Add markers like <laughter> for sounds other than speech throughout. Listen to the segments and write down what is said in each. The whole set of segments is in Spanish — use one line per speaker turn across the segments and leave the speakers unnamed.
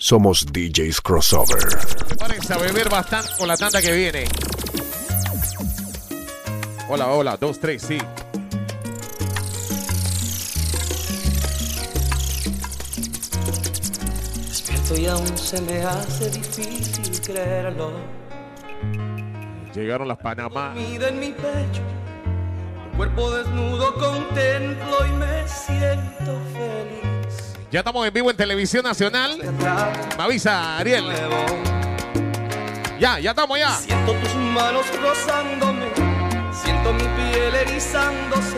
Somos DJs Crossover.
Prepárense a beber bastante con la tanda que viene. Hola, hola, dos, tres, sí.
Despierto y aún se me hace difícil creerlo.
Llegaron las Panamá.
Dormida en mi pecho, tu cuerpo desnudo contemplo y me siento feliz.
Ya estamos en vivo en Televisión
Te
Nacional.
atrapo
Me avisa, Ariel.
de nuevo.
Ya, ya estamos ya.
Siento tus manos rozándome, siento mi piel erizándose.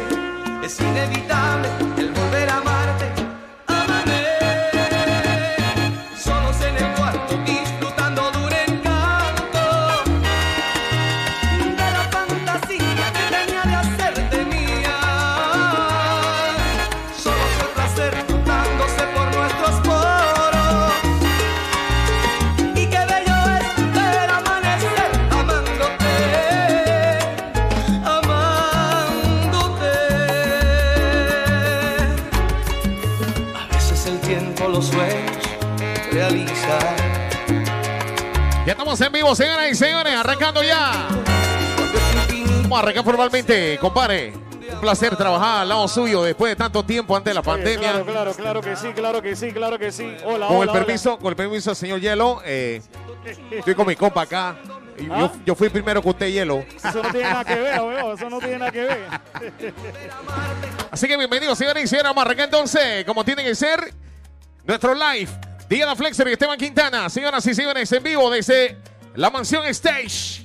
Es inevitable el volver a amarte. Amame, solos en el cuarto, disfrutando de un encanto. De la fantasía que tenía de hacerte mía. Solos el placer juntándose por nuestros poros. Y qué bello es ver amanecer amándote, amándote. A veces el tiempo los sueños realiza.
Ya estamos en vivo, señoras y señores. Arrancando ya.
Cuando es infinito
Vamos a arrancar formalmente, compadre. Un placer trabajar al lado suyo después de tanto tiempo antes de la pandemia.
Claro, claro, claro que sí, claro que sí, claro que sí. Hola,
Con el
hola, hola.
permiso, con el permiso del señor Hielo, eh, estoy con mi copa acá. Y Yo,
¿Ah?
yo fui primero que usted, Hielo.
Eso no tiene nada que ver, amigo, eso no tiene nada que ver.
Así que bienvenidos, señores y señores. Vamos a arrancar entonces, como tiene que ser, nuestro live. Diana Flexer y Esteban Quintana, señoras y señores, en vivo desde la mansión Stage.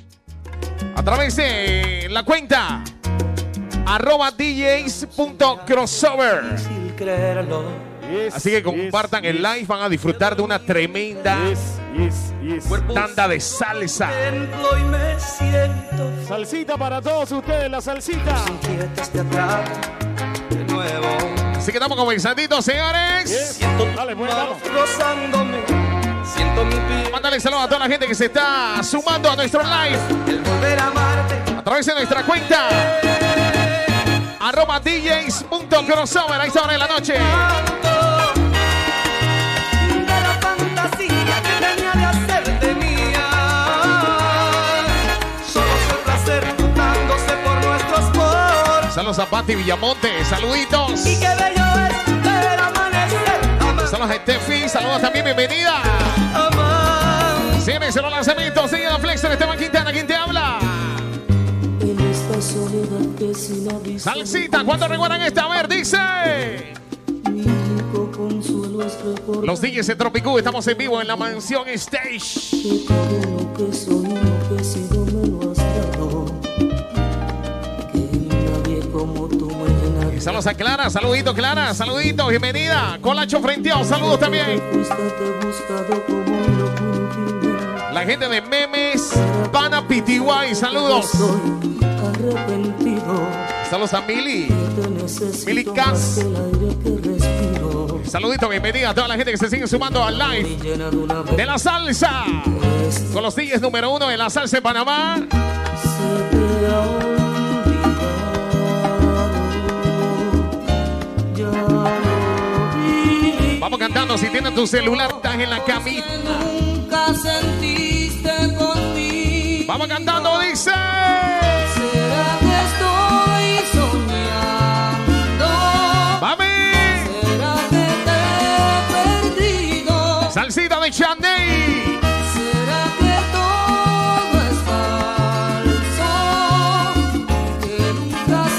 A través de la cuenta arroba DJs.crossover.
difícil creerlo.
Yes,
Así que
yes,
compartan el
yes,
live, van a disfrutar de una tremenda
Yes, yes, yes.
tanda de salsa.
Templo y me siento
Salsita para todos ustedes, la salsita.
inquietas de atrás de nuevo.
Así que estamos comenzando, señores.
Yes.
Siento tus
Dale, pues,
manos
vamos.
rozándome, siento mi piel.
Mándale saludos a toda la gente que se está sumando a nuestro live
El volver a amarte.
a través de nuestra cuenta arroba DJs.crossover a esta hora de la noche.
tanto de la fantasía que tenía de hacerte mía. Solo fue el placer juntándose por nuestros poros.
Saludos a Pati Villamonte, saluditos.
Y qué bello es ver amanecer ama-
Saludos a Steffi, saludos también, bienvenida.
amar.
Señores, se los lanzamientos, señora Flexer, Esteban Quintana, ¿quién te habla?
En esta soledad que sin aviso
Salsita, ¿cuándo recuerdan esta? A ver, dice.
mi único consuelo es recordar
Los DJs de Tropicú, estamos en vivo en la mansión Stage.
que todo lo que soy y lo que he sido me lo has dado que nadie como tú me llena
Saludos a Clara, saluditos Clara, saluditos, bienvenida. Colacho Frenteado, saludos también.
fuiste te he buscado como un loco infinito
La gente de Memes, Pana Pitiguay, saludos.
estoy arrepentido
Saludos a Mili.
que te necesito
Mili Katz.
más que el aire que respiro
Saluditos, bienvenida a toda la gente que se sigue sumando al
y
live
llena de una
de la salsa.
vez
Con los DJs número uno de la salsa en Panamá.
Se te ha olvidado, ya lo viví.
Vamos cantando, si tienes tu celular, estás en la camita.
Nunca sentiste contigo.
Vamos cantando, dice.
Será que estoy soñando.
¡Mami!
Será que te he perdido.
Salsita de Chandy.
Será que todo es falso, que nunca has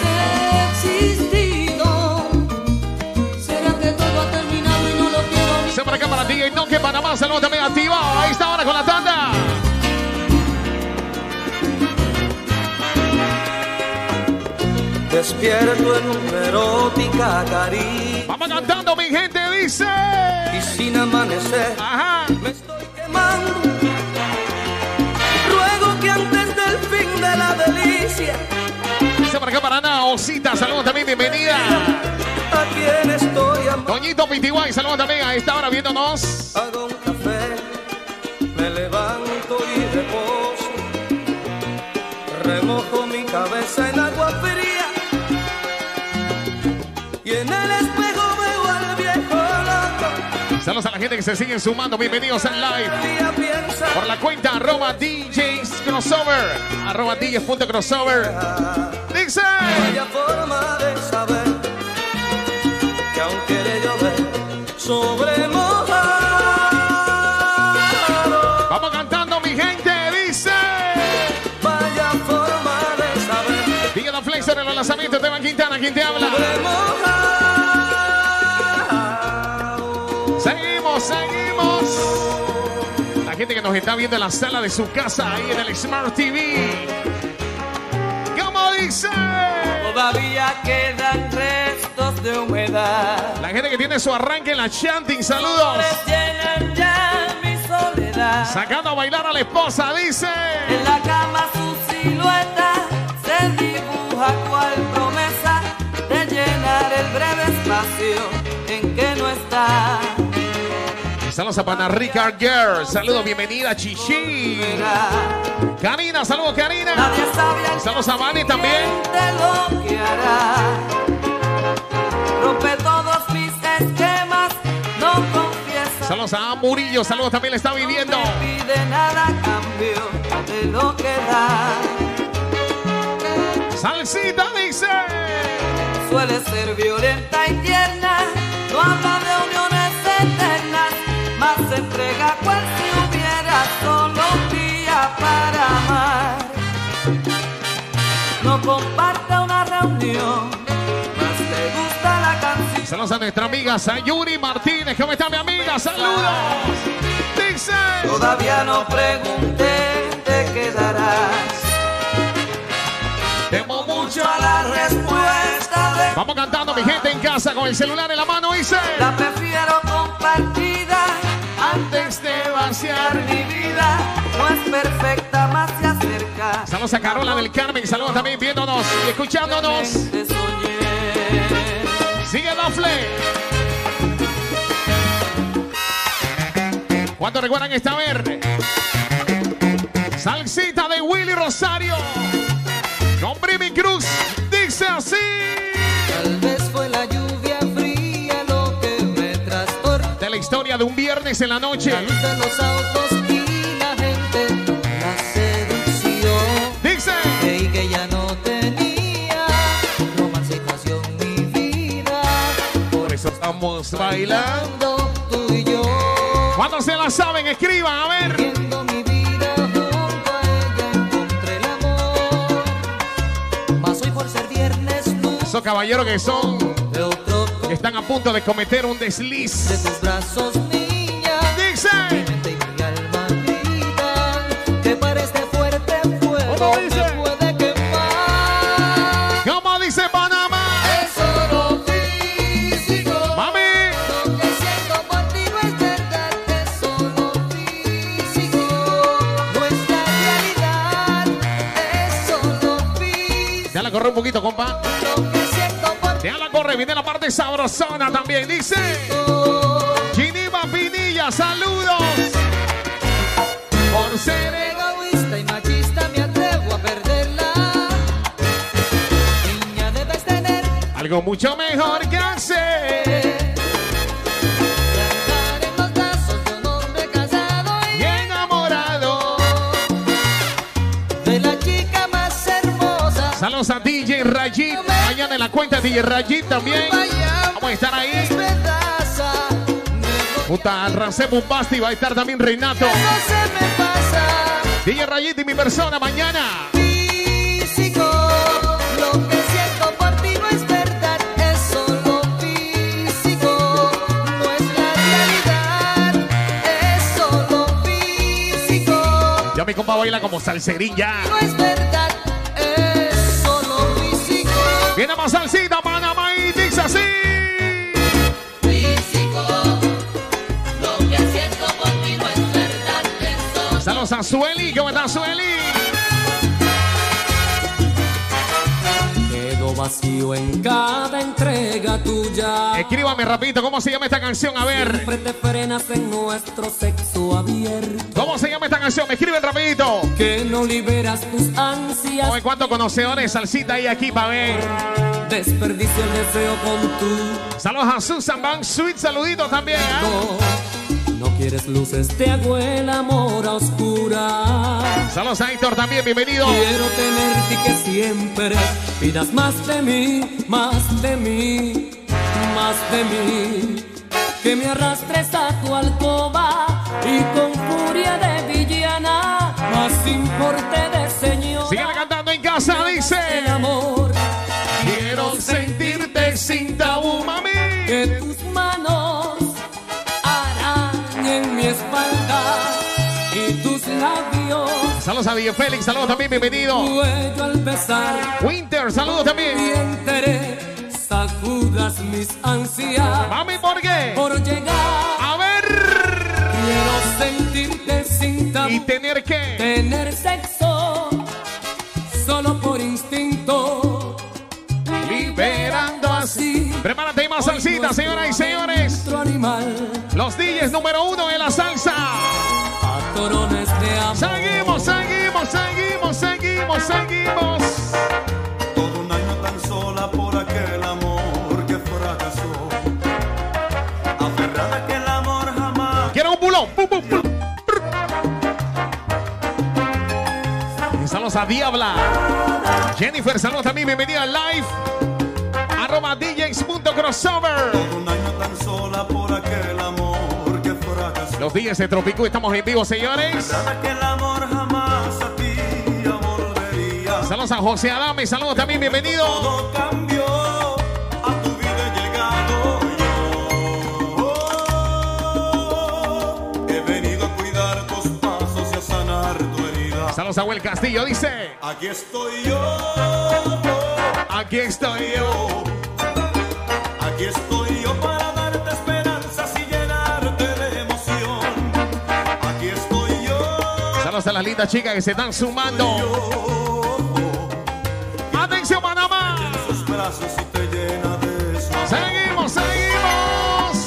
existido. Será que todo ha terminado y no lo quiero ni
Se para acá para DJ Noque Panamá, saludos también activado. Ahí está ahora con la tanda.
Despierto en una erótica caricia
Vamos cantando, mi gente, dice.
y sin amanecer
Ajá.
me estoy quemando. Ruego que antes del fin de la delicia
Se para acá para Ana Osita, saludos también, bienvenida.
a quien estoy amando.
Doñito Pitiguay, saludos también a esta hora viéndonos.
Hago un café, me levanto y reposo. Remojo mi cabeza en agua fría. Y en el espejo veo al viejo loco.
Saludos a la gente que se sigue sumando. Bienvenidos al live.
Día piensa
Por la cuenta arroba DJs Crossover. Arroba DJs punto crossover. Dice.
Hay forma de saber que aunque le llove sobre mojado,
Vamos cantando, mi gente. Dice.
vaya forma de saber
Diga la Flexer en los lanzamientos. Esteban Quintana, quien te habla.
sobre mojado.
Seguimos, seguimos. La gente que nos está viendo en la sala de su casa, ahí en el Smart TV. ¿Cómo dice?
Todavía quedan restos de humedad.
La gente que tiene su arranque en la chanting, saludos.
Flores llenan ya mi soledad.
Sacando a bailar a la esposa, dice.
En la cama su silueta se dibuja cual promesa de llenar el breve espacio en que no está.
Saludos a Pana Ricard Girl. Saludos, bienvenida, Chichi. Karina, saludos, Karina.
Nadie sabe al
Saludos a Vani también.
siguiente lo que hará. Rompe todos mis esquemas, no confiesa.
Saludos a Murillo. Saludos también, le está viviendo.
No me pide nada a cambio de lo que da.
Salsita, dice.
Suele ser violenta y tierna, no habla de uniones eternas, más se entrega cual si hubiera solo un día para amar. No comparte una reunión, más le gusta la canción.
Saludos a nuestra amiga Sayuri Martínez. ¿Cómo está mi amiga? Saludos. Dice.
Todavía no pregunté, te quedarás.
Temo
Mucho eh.
mucho.
a la respuesta de
Vamos cantando, mi gente en casa con el celular en la mano, dice.
la prefiero compartida antes
Antes de
Dar
vaciar.
mi vida no es perfecta, más se acerca.
Saludos a Carola del Carmen. Saludos también viéndonos y escuchándonos.
Te soñé.
Sigue Dafle. ¿Cuánto recuerdan esta verde? Salsita de Willy Rosario. Con Brimi Cruz. Dice así.
Tal vez fue la lluvia fría lo que me trastorna.
De la historia de un viernes en la noche.
La luz de los autos y la gente la seducción.
Dice.
Creí que ya no tenía romancicación mi vida.
Por eso estamos bailando.
Orando tú y yo.
Cuando se la saben, escriban. A ver.
Viendo mi vida junto a ella encontré el amor. Mas hoy por ser viernes luz
Esos caballeros que son.
de otro
que están a punto de cometer un
de
desliz.
tus brazos, niña. Mi
Dice.
mente y mi alma gritan que parece fuerte fuego
¿Cómo
me
dice?
puede quemar.
¿Cómo dice Panamá?
Es solo físico.
Mami.
Lo que siento por ti no es verdad, es solo físico. Nuestra realidad es solo físico.
Déjala correr un poquito, compa.
Lo que siento por ti
Déjala correr. Viene la parte sabrosona también. Dice. Giniba Pinilla, saludos. Por ser.
Egoísta y machista me atrevo a perderla. Niña, debes tener
Algo mucho mejor que hacer.
que cantar en los brazos de un hombre casado
Y enamorado.
y de la chica más hermosa.
Saludos a DJ Rayit. Mañana en la cuenta DJ Rayit también.
Vaya,
Vamos a estar ahí.
despedaza. Me voy,
Junta al Rancé Bumbasti. Va a estar también Renato.
no se me pasa.
DJ Rayit y mi persona mañana.
Físico, lo que siento por ti no es verdad, es solo físico. No es la realidad, es solo físico.
Ya mi compa baila como salserín ya.
No es verdad, es solo físico.
Viene más salsita, Panamá y dice así.
Físico. Lo que siento por ti no es verdad, es solo
Saludos a Sueli, ¿cómo está Sueli?
Quedo vacío en cada entrega tuya.
Escríbame rapidito, ¿cómo se llama esta canción? A ver,
Siempre te frenas en nuestro sexo abierto.
¿cómo se llama esta canción? Me escriben rapidito.
Que no liberas tus ansias.
Oye, ¿cuántos conocedores salsita hay aquí para ver?
Desperdicio el deseo con tu
Saludos a Susan Van Sweet, saluditos también. ¿eh?
no.
Quieres luces, te hago el amor a oscuras.
Saludos a Héctor también, bienvenido.
Quiero tenerte y que siempre pidas más de mí, más de mí, más de mí. Que me arrastres a tu alcoba y con furia de villana, más importe de señor.
Sígueme cantando en casa, dice.
El amor,
Quiero sentirte sin tabú, mami.
que tus manos arañen mi espalda y tus labios,
Saludos a DJ Félix, saludos también, bienvenido.
tu cuello al besar.
Winter, saludos también.
vientre sacudas mis ansias
Mami, ¿por qué?
por llegar.
A ver.
Quiero sentirte sin
Y
tabú,
tener que.
tener sexo solo por instinto.
Liberando así. Prepárate y más
Hoy
salsita,
nuestro
señoras y señores.
adentro animal,
Los DJs número uno de la salsa.
a torones de amor.
Seguimos, seguimos, seguimos, seguimos, seguimos.
Todo un año tan sola por aquel amor que fracasó. Aferrada que el amor jamás.
Quiero un bulón. Pum, pum, pum. Y Saludos a Diabla. Jennifer, saludos también. Bienvenida al live. Arroba DJs.crossover.
Todo un año tan sola por aquel amor que fracasó.
Los DJs de Tropicú estamos en vivo, señores.
Aferrada que el amor jamás a ti ya volvería.
Saludos a José Adame. Saludos también. Bienvenido.
Todo cambió. A tu vida he llegado yo. He venido a cuidar tus pasos y a sanar tu herida.
Saludos a Will Castillo. Dice:
Aquí estoy yo.
Aquí estoy yo.
yo. Aquí estoy yo para darte esperanzas y llenarte de emoción. Aquí estoy yo,
Saludos a las lindas chicas que se están sumando. Atención, Panamá.
sus brazos y te llena de su amor.
Seguimos, seguimos.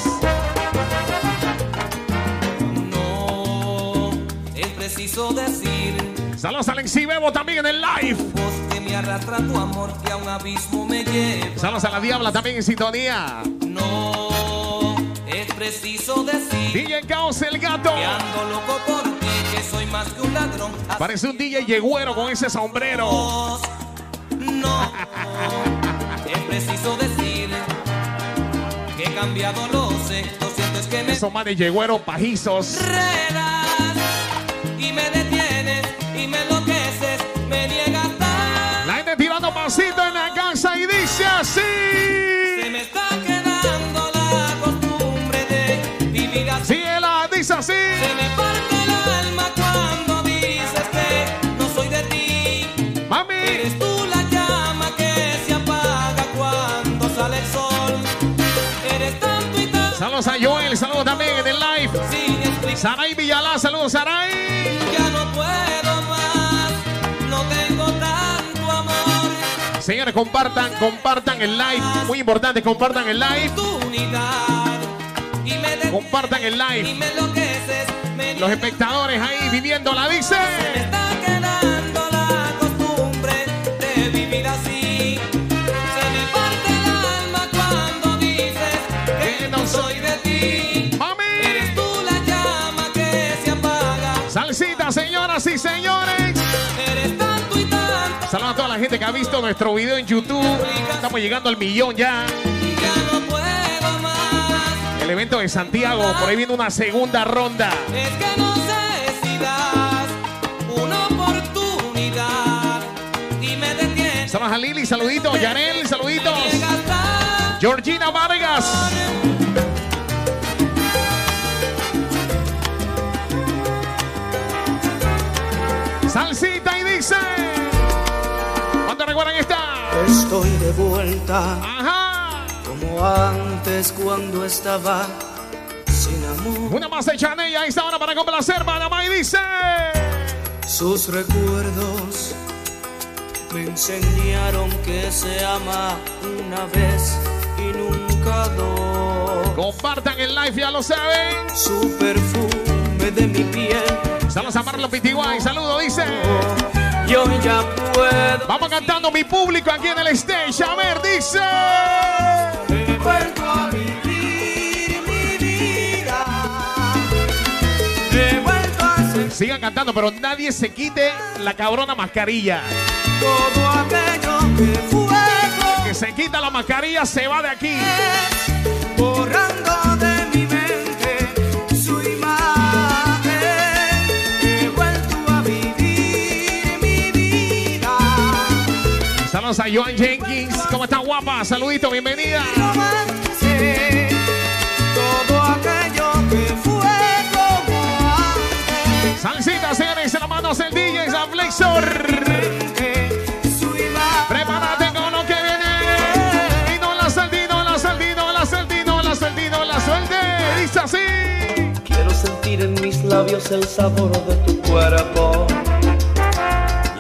No, es preciso decir
Saludos a Alexi Bebo también en el live.
voz que me arrastra tu amor que a un abismo me lleva.
Saludos a la Diabla también en sintonía.
No, es preciso decir
DJ Caos el gato.
que ando loco por ti, que soy más que un ladrón. Así
Parece un DJ yegüero con ese sombrero.
vos, no, es preciso decir que he cambiado, lo sé, lo cierto es que me
Esos manes yegüeros pajizos.
enredas y me detienes y me enloqueces, me niegas tan
La gente tirando pasito en la casa y dice así.
Se me está quedando la costumbre de vivir así.
Sí, ella dice así.
Se me parte el alma cuando dices que no soy de ti.
Mami.
Eres tú la llama que se apaga cuando sale el sol. Eres tanto y tan
Saludos a Joel. Saludos también en el live.
sin explicar.
Saray Villalá. Saludos, Saray.
Ya no puedo más. No tengo tanto amor.
Señores, compartan, compartan el live. Muy importante, compartan el live.
Oportunidad. Y me detienes
Compartan el
y
live.
me enloqueces. Me
Los espectadores ahí viviéndola,
Me
dice.
está quedando la costumbre de vivir así. Se me parte el alma cuando dices que no soy de ti.
Mami.
Eres tú la llama que se apaga.
Salsita, señoras y señores.
Eres tanto y tanto
Saludos a toda la gente que ha visto nuestro video en YouTube. Estamos llegando al millón ya.
y ya no puedo más.
El evento de Santiago. Por ahí viene una segunda ronda.
Es que no sé si das una oportunidad y me detienes.
Saludos a Lili, saluditos. Yanel, saluditos.
Me niegas tanto.
Georgina Vargas. Salsita y dice. ¿Cuánto recuerdan esta?
Estoy de vuelta
Ajá.
como antes cuando estaba sin amor.
Una más de Chanel. Ahí está ahora para complacer, Panamá. Y dice.
Sus recuerdos me enseñaron que se ama una vez y nunca dos.
Compartan el live, ya lo saben.
Su perfume de mi piel
Saludos a Marlon Pitiguay, saludo, dice.
y hoy ya puedo
Vamos cantando mi público aquí en el stage. A ver, dice.
vuelvo a vivir mi vida.
Sigan cantando, pero nadie se quite la cabrona mascarilla.
todo aquello que fue
Que se quita la mascarilla, se va de aquí.
borrando de mi mente su imagen. He vuelto a vivir mi vida.
Saludos a Joan Jenkins. ¿Cómo está guapa? Saludito, bienvenida.
Romance, todo aquello que fue como antes.
Salsita, señores, en la mano el DJ, San Flexor.
Su imagen,
Prepárate con lo que viene. Y no la suelte, y no la suelte, y no la suelte, y no la suelte, y no la suelte. Dice así.
quiero sentir en mis labios el sabor de tu cuerpo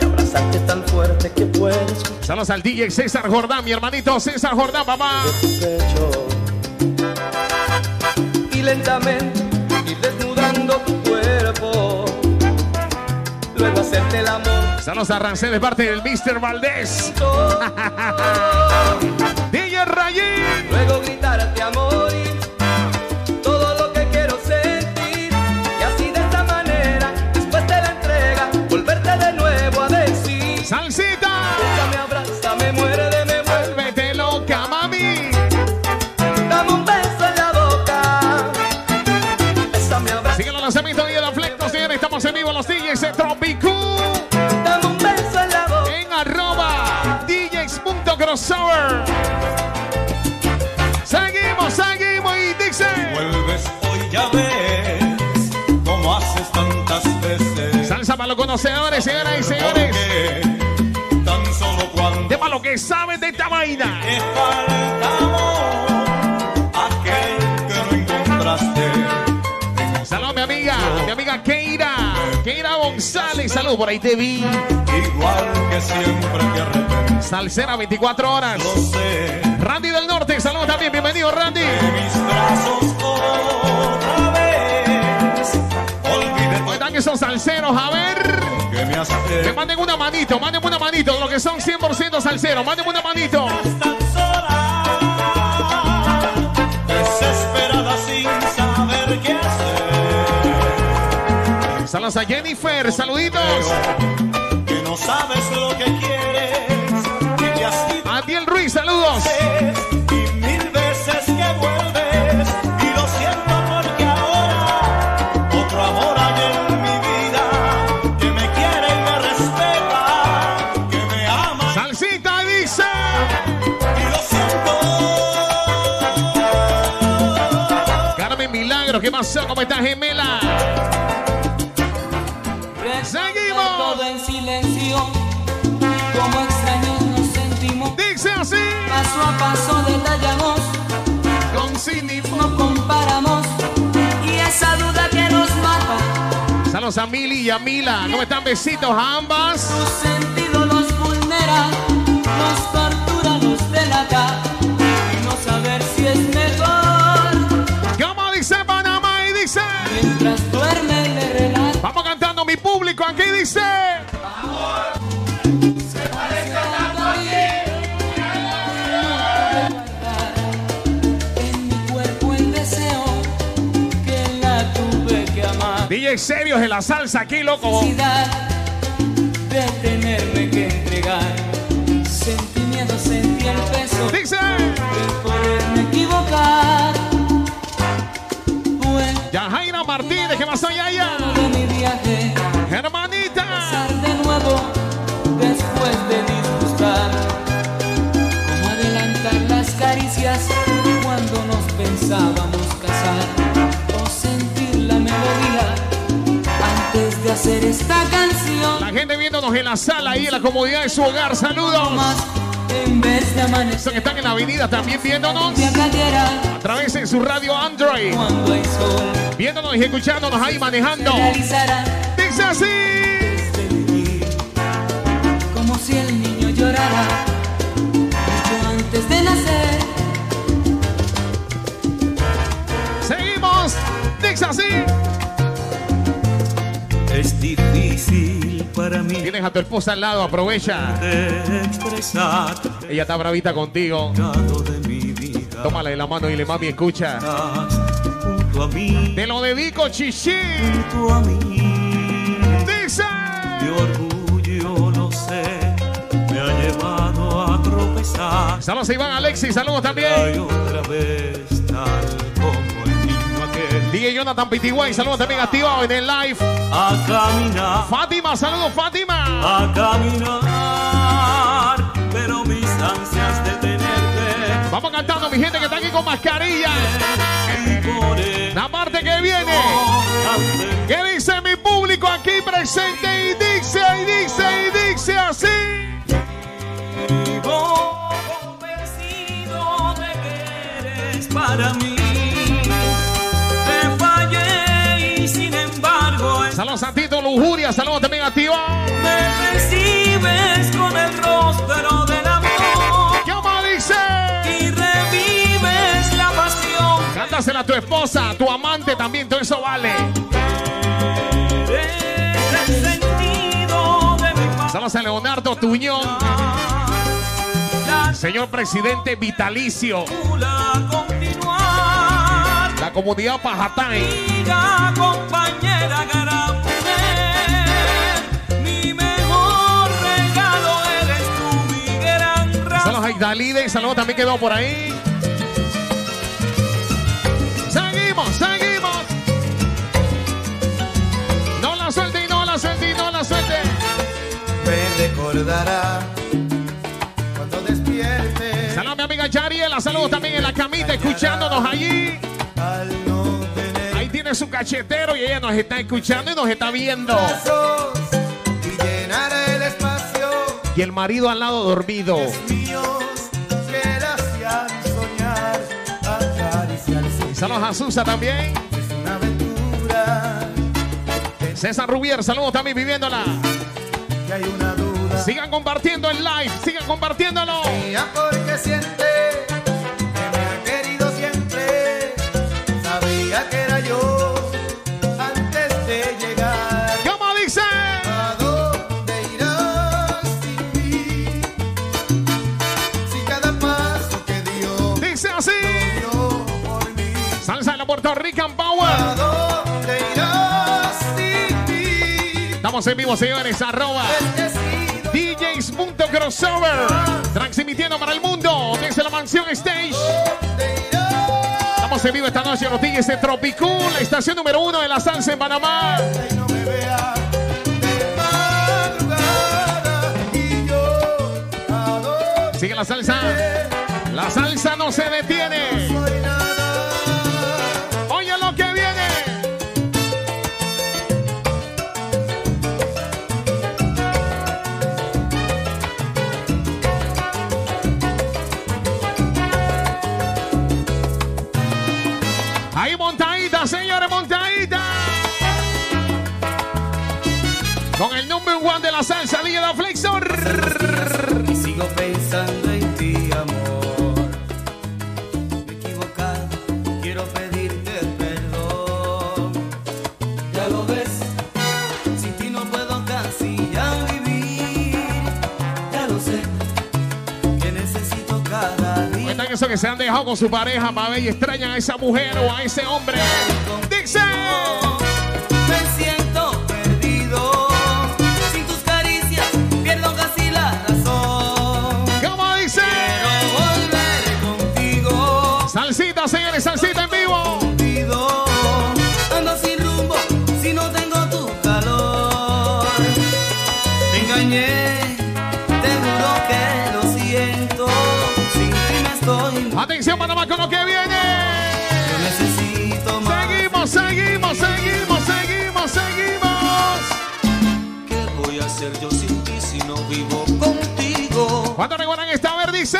y abrazarte tan fuerte que puedes con
Saludos al DJ César Jordán, mi hermanito César Jordán, papá.
tu pecho y lentamente ir desnudando tu cuerpo, luego hacerte el
<laughs>
amor.
Saludos a Rancel de parte del Mr. Valdés. DJ Rayín.
Luego gritarte amor y todo lo que quiero sentir. Y así de esta manera, después de la entrega, volverte de nuevo a decir.
Salsita.
Bésame, abrázame, muérdeme, muérdeme.
Vuélvete loca, mami.
Dame un beso en la boca. Bésame, abrázame,
Sigue los lanzamientos de la Flex, señores. Estamos en vivo los DJs de Tropicú.
dame un beso en la boca.
en arroba djs.crossover. Seguimos, seguimos y dice.
Vuelves hoy ya ves como haces tantas veces.
Salsa para los conocedores, señoras y señores.
Porque tan solo cuando
De para los que saben de esta vaina.
te falta amor, aquel que no encontraste.
Saludos a mi amiga, mi amiga Keira. Keira González, salud, por ahí te vi.
Igual que siempre te arrepentirás.
Salsera 24 horas.
Lo sé,
Randy del Norte, saludos también, bienvenido Randy.
en mis brazos otra vez.
¿Cómo
Olvídate
están esos salseros? A ver.
que me has
Que manden una manito, manden una manito. Los que son 100% salseros, manden una manito.
tan sola, desesperada sin saber qué hacer,
Saludos a Jennifer, saluditos.
que no sabes lo que quieres, que te has ido
Adiel Ruiz, saludos.
y mil veces que vuelves, y lo siento porque ahora otro amor hay en mi vida, que me quiere y me respeta, que me ama
Salsita dice.
y lo siento.
Carmen Milagro, ¿qué pasó? ¿Cómo estás, gemela? Seguimos.
Todo en silencio, como extraños nos sentimos.
Dice así.
Paso a paso detallamos,
Con Cindy.
no comparamos. Y esa duda que nos mata,
Saludos a Mili y a Mila. ¿Cómo están? Besitos a ambas.
tus sentidos los vulnera, nos tortura, nos delata. Y no saber si es mejor.
¿Cómo dice Panamá? Y dice.
Mientras duerme le relata.
Vamos cantando mi público. Aquí dice.
En mi cuerpo el deseo que la tuve que amar.
DJ serios en la salsa aquí, loco.
Necesidad de tenerme que entregar. Sentí miedo, sentí el peso de
Dice.
poderme equivocar. Vuelvo
Yajaira Martínez, ¿qué pasó, Yaya?
de mi viaje,
Hermanita.
pasar de nuevo después de disgustar. Como adelantar las caricias cuando nos pensábamos casar. O sentir la melodía antes de hacer esta canción.
La gente viéndonos en la sala ahí, en la comodidad de su hogar. Saludos.
más en vez de
Esos
amanecer
que están en la avenida también viéndonos.
de playera
a través de su radio Android,
cuando hay sol
viéndonos y escuchándonos ahí manejando.
realizará
Dice así.
de vivir como si el niño llorara mucho antes de nacer
Seguimos. Dice así.
Es difícil para mí
Tienes a tu esposa al lado, aprovecha.
de expresar
Ella está bravita contigo.
todo de mi vida.
Tómala de la mano y le mami escucha.
Estás junto a mí,
Te lo dedico, chichi.
junto a mí.
Saludos a Iván Alexis, saludos
Hay
también.
otra vez tal como el niño aquel
DJ Jonathan Pitiguay, saludos también activado en el live.
a caminar,
Fátima, saludos Fátima.
a caminar, pero mis ansias de tenerte
Vamos cantando, mi gente que está aquí con mascarilla.
por eso
La parte que viene.
café.
¿Qué dice mi público aquí presente? Y dice, y dice, y dice así.
Vivo convencido de que eres para mí. Te fallé y sin embargo
Saludos a Tito Lujuria, saludos también activado.
me percibes con el rostro del amor
¿Qué más dice?
y revives la pasión.
Cántasela a tu esposa, a tu amante también, todo eso vale.
Eres el sentido de mi paz.
Saludos a Leonardo Tuñón,
La
señor presidente vitalicio.
chula continuar.
La comunidad Pajatán.
Amiga, compañera, gran mujer. Mi mejor regalo eres tú, mi gran razón.
Saludos a Igdalide, saludos también quedó por ahí. Seguimos, seguimos. No la suelte y no la suelte y no la suelte.
Me recordará cuando despierte
Saludos a mi amiga Yariela, saludos también en la camita, escuchándonos allí.
al no tener
Ahí tiene su cachetero y ella nos está escuchando y nos está viendo.
brazos y llenar el espacio
Y el marido al lado dormido.
míos que la hacían soñar, acariciarse.
Saludos a Susa también.
Es una aventura
César Rubier, saludos también viviéndola.
que hay una duda.
Sigan compartiendo el live, sigan compartiéndolo.
Mía, porque siente que me ha querido siempre. Sabía que era yo antes de llegar.
¿Cómo dice?
¿A dónde irás sin mí? Si cada paso que dio,
Dice así.
dio por mí.
Salsa de la Puerto Rican
¿A
Power.
dónde irás sin mí?
Estamos en vivo, señores. Arroba
Este sido
DJs.crossover. Transmitiendo para el mundo desde la mansión Stage. Estamos en vivo esta noche en los DJs de Tropicool, la estación número uno de la salsa en Panamá.
y no me vea de madrugada. Y yo, ¿a dónde
Sigue la salsa. La salsa no se detiene.
soy nada?
Oye lo que viene. Ahí montadita, señores, montadita. Con el number one de la salsa, Día de Flexor.
Y sigo pensando en ti, amor. Me he equivocado, quiero pedirte perdón. Ya lo ves, sin ti no puedo casi ya vivir. Ya lo sé, que necesito cada día.
Cuentan eso que se han dejado con su pareja, Mabel, y extrañan a esa mujer o a ese hombre. Dice.
Me siento perdido. Sin tus caricias, pierdo casi la razón.
¿Cómo dice?
Quiero volver contigo.
Salsita, señores, salsita en vivo.
olvido. Ando sin rumbo si no tengo tu calor. Te engañé, te juro que lo siento. Sin ti me estoy.
Atención, Panamá, con lo que viene.
Necesito más.
Seguimos, seguimos, seguimos, seguimos, seguimos.
¿Qué voy a hacer yo sin ti si no vivo contigo?
¿Cuánto recuerdan esta vez? Dice.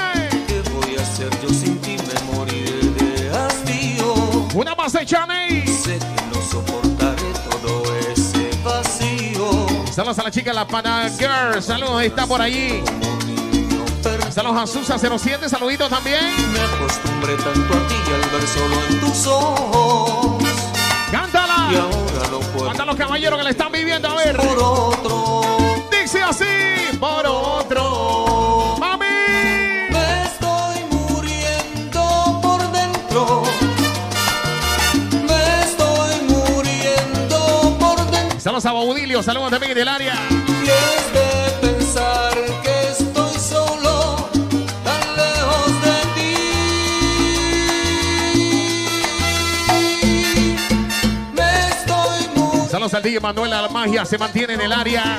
¿Qué voy a hacer yo sin ti? Me moriré de hastío.
Una más de Chaney.
Sé que no soportaré todo ese vacío.
Saludos a la chica, la Pana Girl. Saludos, está por allí.
Como niño perdido.
Saludos a Susa07, saluditos también.
Me acostumbré tanto a ti y al ver solo en tus ojos. Y
Cántala.
ahora lo
Cuánta
puedo
los caballeros que le están viviendo, a ver.
por otro.
Dice así, por otro. ¡Mami!
Me estoy muriendo por dentro. Me estoy muriendo por dentro.
Saludos a Baudilio, saludos también del área.
Y es de pensar que estoy solo, tan lejos
Saludos al DJ Manuel, la magia se mantiene en el área.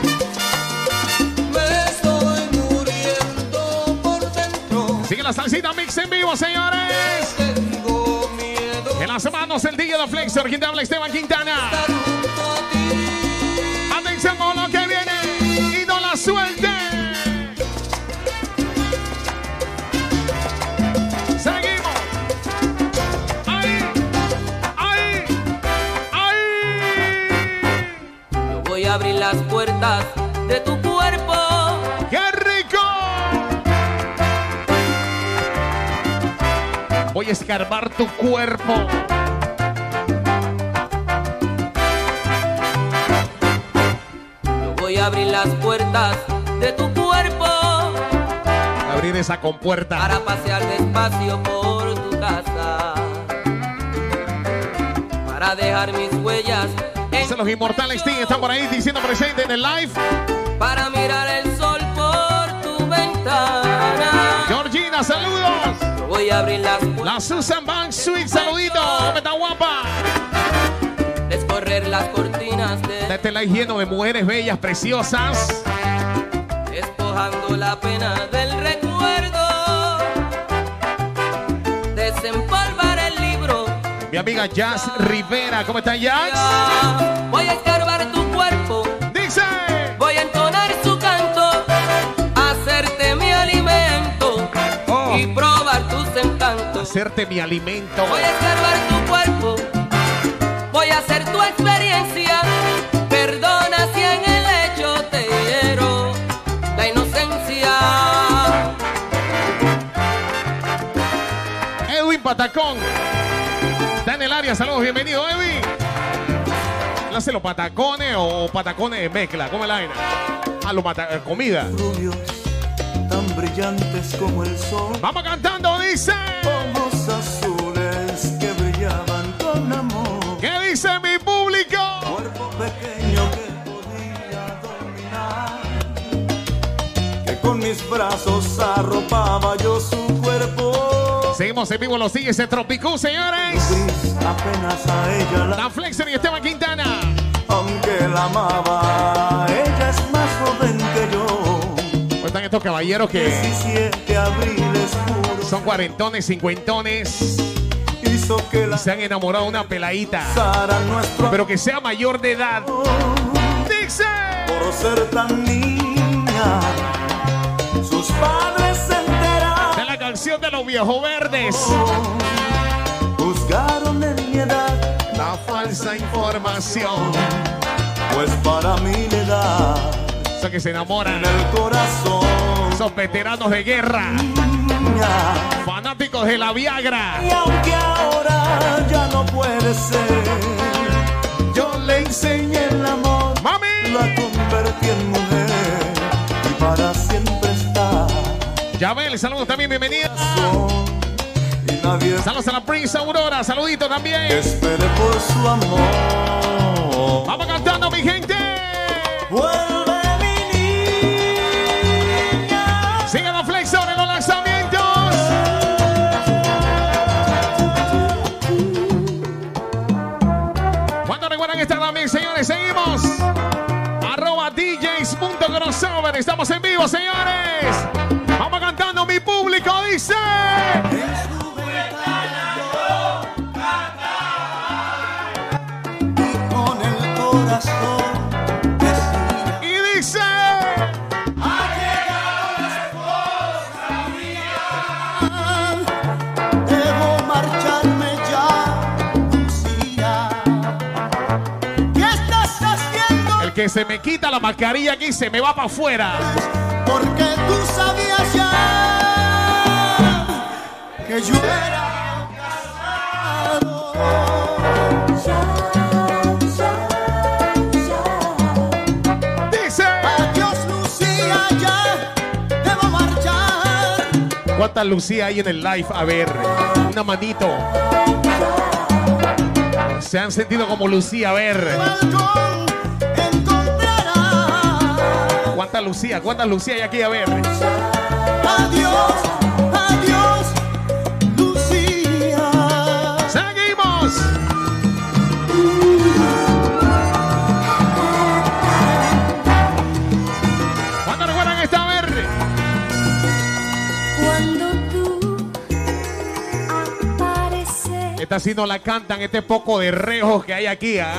Me estoy muriendo por dentro.
Sigue la salsita mix en vivo, señores.
Tengo miedo
En las manos el DJ de Flexor, quien te habla Esteban Quintana.
estar junto a ti.
Atención con lo que viene y no la suelte. Seguimos. Ahí, ahí, ahí.
Yo voy a abrir las puertas de tu cuerpo.
¡Qué rico! Voy a escarbar tu cuerpo.
Yo voy a abrir las puertas de tu cuerpo
Abrir esa compuerta.
para pasear despacio por tu casa. Para dejar mis huellas en
Los inmortales Team están por ahí diciendo presente en el live.
para mirar el sol por tu ventana.
Georgina, saludos.
Yo voy a abrir las puertas,
La Susan Bank Sweet, saludito. ¿Cómo está guapa?
descorrer las cortinas de
Este live lleno de mujeres bellas, preciosas.
despojando la pena del recuerdo. Desempolvar el libro.
Mi amiga Jazz Rivera, ¿cómo está Jazz?
Ya. Voy a escarbar tu cuerpo.
Dice.
Voy a entonar su canto, hacerte mi alimento
Oh.
y probar tus encantos.
Hacerte mi alimento.
Voy a escarbar tu cuerpo, voy a hacer tu experiencia. Perdona si en el hecho te hiero la inocencia.
Edwin Patacón. Está en el área, saludos, bienvenido, Edwin. Él hace los patacones o patacones de mezcla, ¿cómo es la vaina? A los mata- eh, comida.
Rubios, tan brillantes como el sol.
Vamos cantando, dice.
Ojos azules que brillaban con amor.
¿Qué dice mi público?
Cuerpo pequeño que podía dominar. Que con mis brazos arropaba yo su cuerpo.
Seguimos en vivo, los sigue ese tropicú, señores.
Gris, apenas a ella la
La Flexer y Esteban Quintana.
aunque la amaba, ella es más joven que yo.
¿Cómo están estos caballeros que
17 abriles puros
son cuarentones, cincuentones
hizo que la
y se han enamorado de una peladita?
besara nuestro
Pero que sea mayor de edad. Dice.
por ser tan niña. Sus padres se
De
enteraron,
la canción de los viejos verdes.
juzgaron en mi edad,
La falsa información.
pues para mí le da
Eso que se enamoran.
en el corazón.
Esos veteranos de guerra.
niña.
Fanáticos de la Viagra.
Y aunque ahora ya no puede ser, yo le enseñé el amor.
¡Mami!
La convertí en mujer y para siempre está.
Yabel, saludos también, bienvenida.
Son, Y nadie
Saludos a la Prince Aurora, saludito
que
también.
espere por su amor.
Vamos cantando, mi gente.
Vuelve mi niña,
Sigue la flexión en los lanzamientos. Cuando recuerdan Instagram, mis señores, seguimos. Arroba DJs.crossover. Estamos en vivo, señores. Vamos cantando, mi público dice.
con el corazón decía,
Y dice.
Debo marcharme ya, Lucía. ¿Qué estás haciendo?
El que se me quita la mascarilla aquí se me va para afuera.
Porque tú sabías ya que yo era casado.
Dice.
Adiós, Lucía, ya debo marchar.
¿Cuánta lucía hay en el live? A ver, una manito. Se han sentido como lucía, a ver.
Balcón encontrarás.
¿Cuánta lucía? ¿Cuánta lucía hay aquí? A ver.
Adiós, adiós, Lucía.
¡Seguimos! Esta sí no la cantan, este poco de rejos que hay aquí, ¿ah?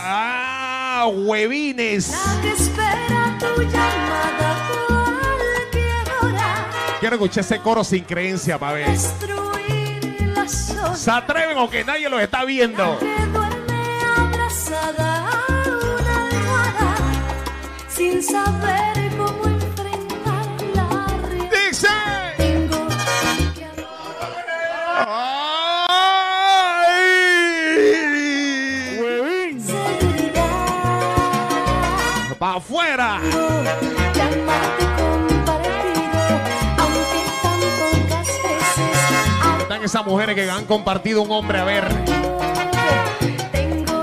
¡Ah, huevines!
que espera tu llamada cualquier hora.
Quiero escuchar ese coro sin creencia, pa' ver.
Destruir la zona
¿Se atreven o que nadie los está viendo?
que duerme abrazada a una almohada sin saber cómo enfrentar la realidad.
¡Dice!
Tengo que hablar.
¡Ay!
Huevín.
Seguirá
¡Pa' afuera!
llamarte compartido, aunque tan pocas veces al
Están esas mujeres que han compartido un hombre a ver.
Tengo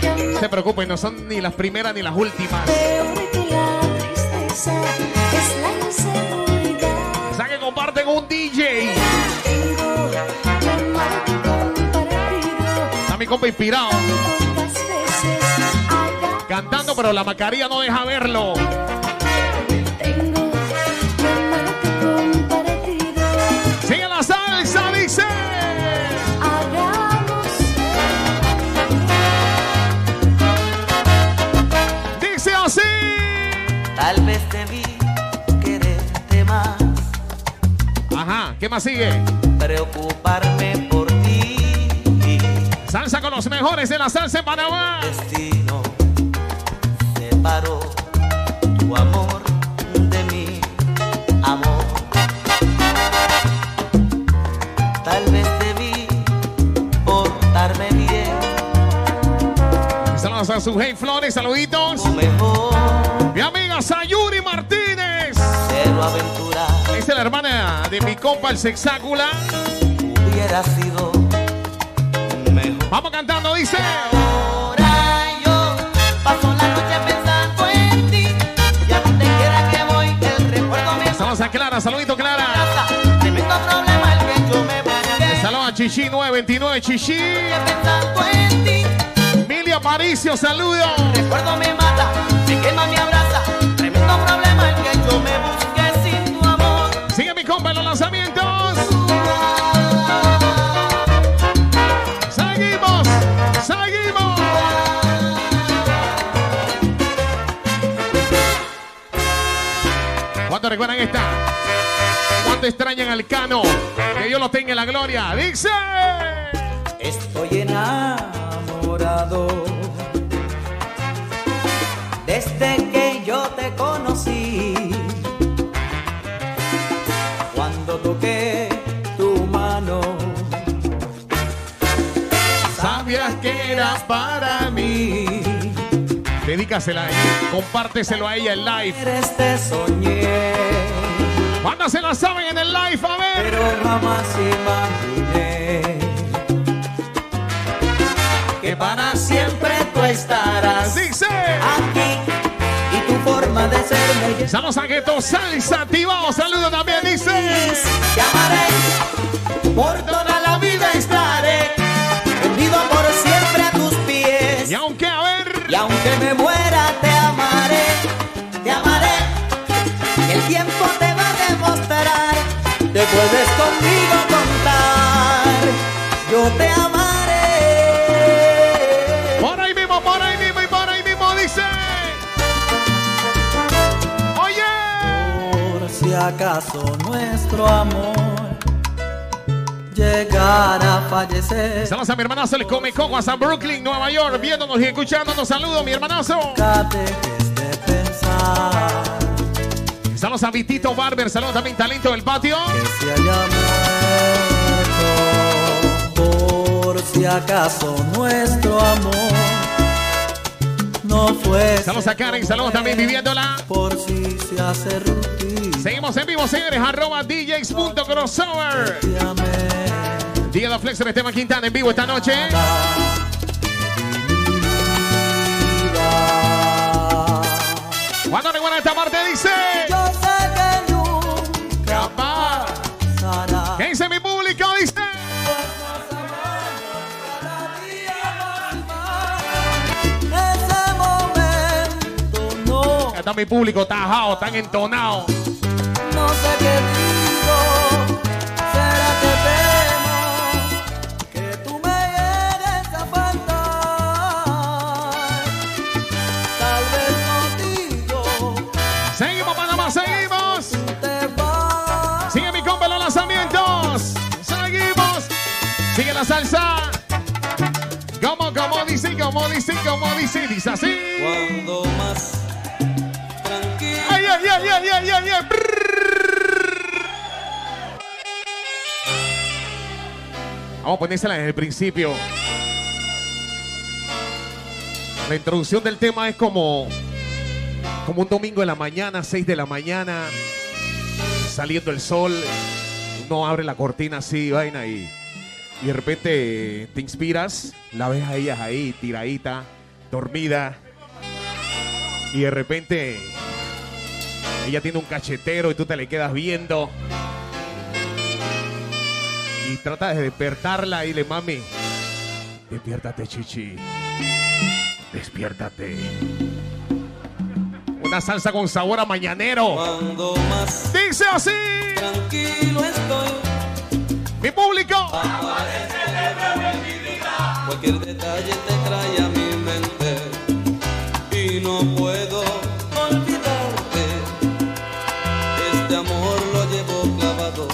que amar.
No se preocupen, no son ni las primeras ni las últimas.
Peor que la tristeza es la inseguridad.
O sea que comparten un DJ.
Tengo que amarte compartido.
Está mi compa inspirado.
Pocas veces haga.
Cantando, pero la mascarilla no deja verlo.
Tengo que amarte compartido.
¡Sigue la salsa, dice!
Hagamos
¡Dice así!
Tal vez debí quererte más,
Ajá, ¿qué más sigue?
preocuparme por ti.
Salsa con los mejores de la salsa en Panamá.
Destino separó tu amor de mi amor. Tal vez debí portarme bien
Saludos a su hey Flores, saluditos.
o mejor,
Mi amiga Sayuri Martínez.
pero aventura
Esa es la hermana de mi compa, el Sexácula.
hubiera sido mejor.
Vamos cantando, dice.
Ahora yo paso la noche pensando en ti Y a donde quiera que voy el recuerdo me
Saludos a Clara, saludito Clara.
abraza Tremendo problema el que yo me busqué
Saludos a Chichi 929, Chichi.
Pensando en ti,
Emilia Aparicio, saludos.
recuerdo me mata Me quema, me abraza Tremendo problema el que yo me busqué sin tu amor
Sigue mi compa en los lanzamientos. Seguimos, seguimos. ¿Cuánto recuerdan esta? ¿Cuánto extrañan al Cano? Que Dios lo tenga en la gloria. Dice.
Estoy enamorado desde que yo te conocí. Cuando toqué tu mano,
Sabías que eras para mí. Dedícasela a ella. Compárteselo a ella en live.
eres te soñé,
¿Cuándo se la saben en el live? A ver.
pero jamás imaginé que para siempre tú estarás
Dice.
aquí y tu forma de ser me llena.
Saludos a Gueto Salsa Tibao. Saludos también, dice.
Te amaré, por toda la vida estaré, rendido por siempre a tus pies.
Y aunque, a ver,
Y aunque me muera, te amaré, te amaré. El tiempo te va a demostrar, te puedes conmigo contar. Yo te amaré.
por ahí mismo, por ahí mismo y por ahí mismo dice. Oye,
Por si acaso nuestro amor llegara a fallecer.
saludos a mi hermanazo el Come Coco hasta Brooklyn, Nueva York, viéndonos y escuchándonos. Saludos, mi hermanazo.
Nunca dejes de pensar
Saludos a Vitito Barber. Saludos a mi talento del patio.
que se haya muerto. Por si acaso nuestro amor no fue.
Saludos a Karen. Saludos también viviéndola.
Por si se hace rutina.
Seguimos en vivo, señores. Arroba DJs.crossover.
te amé.
Día de Flex en Esteban Quintana en vivo esta noche. Cuando recuerda esta parte dice.
Yo sé que nunca
Capaz.
pasará.
¿Qué dice mi público? Dice.
Ese momento no,
Acá está mi público tajado, tan entonado.
no sé qué digo. Será que temo
Seguimos, Panamá, seguimos. Sigue mi compa los lanzamientos. Seguimos. Sigue la salsa. Como, como dice, como dice, como dice, dice así.
Cuando más
tranquilo. Ay, ay, ay, ay, ay, ay, ay. Vamos a ponérsela desde el principio. La introducción del tema es como, como un domingo de la mañana, 6 de la mañana, saliendo el sol. Uno abre la cortina así, vaina, y, y de repente te inspiras, la ves a ellas ahí, tiradita, dormida. Y de repente ella tiene un cachetero y tú te le quedas viendo. Y trata de despertarla y le mami. Despiértate, chichi. Despiértate. Una salsa con sabor a mañanero.
Cuando más
Dice así.
tranquilo estoy,
Mi público.
cualquier detalle te trae a mi mente y no puedo olvidarte. Este amor lo llevo clavado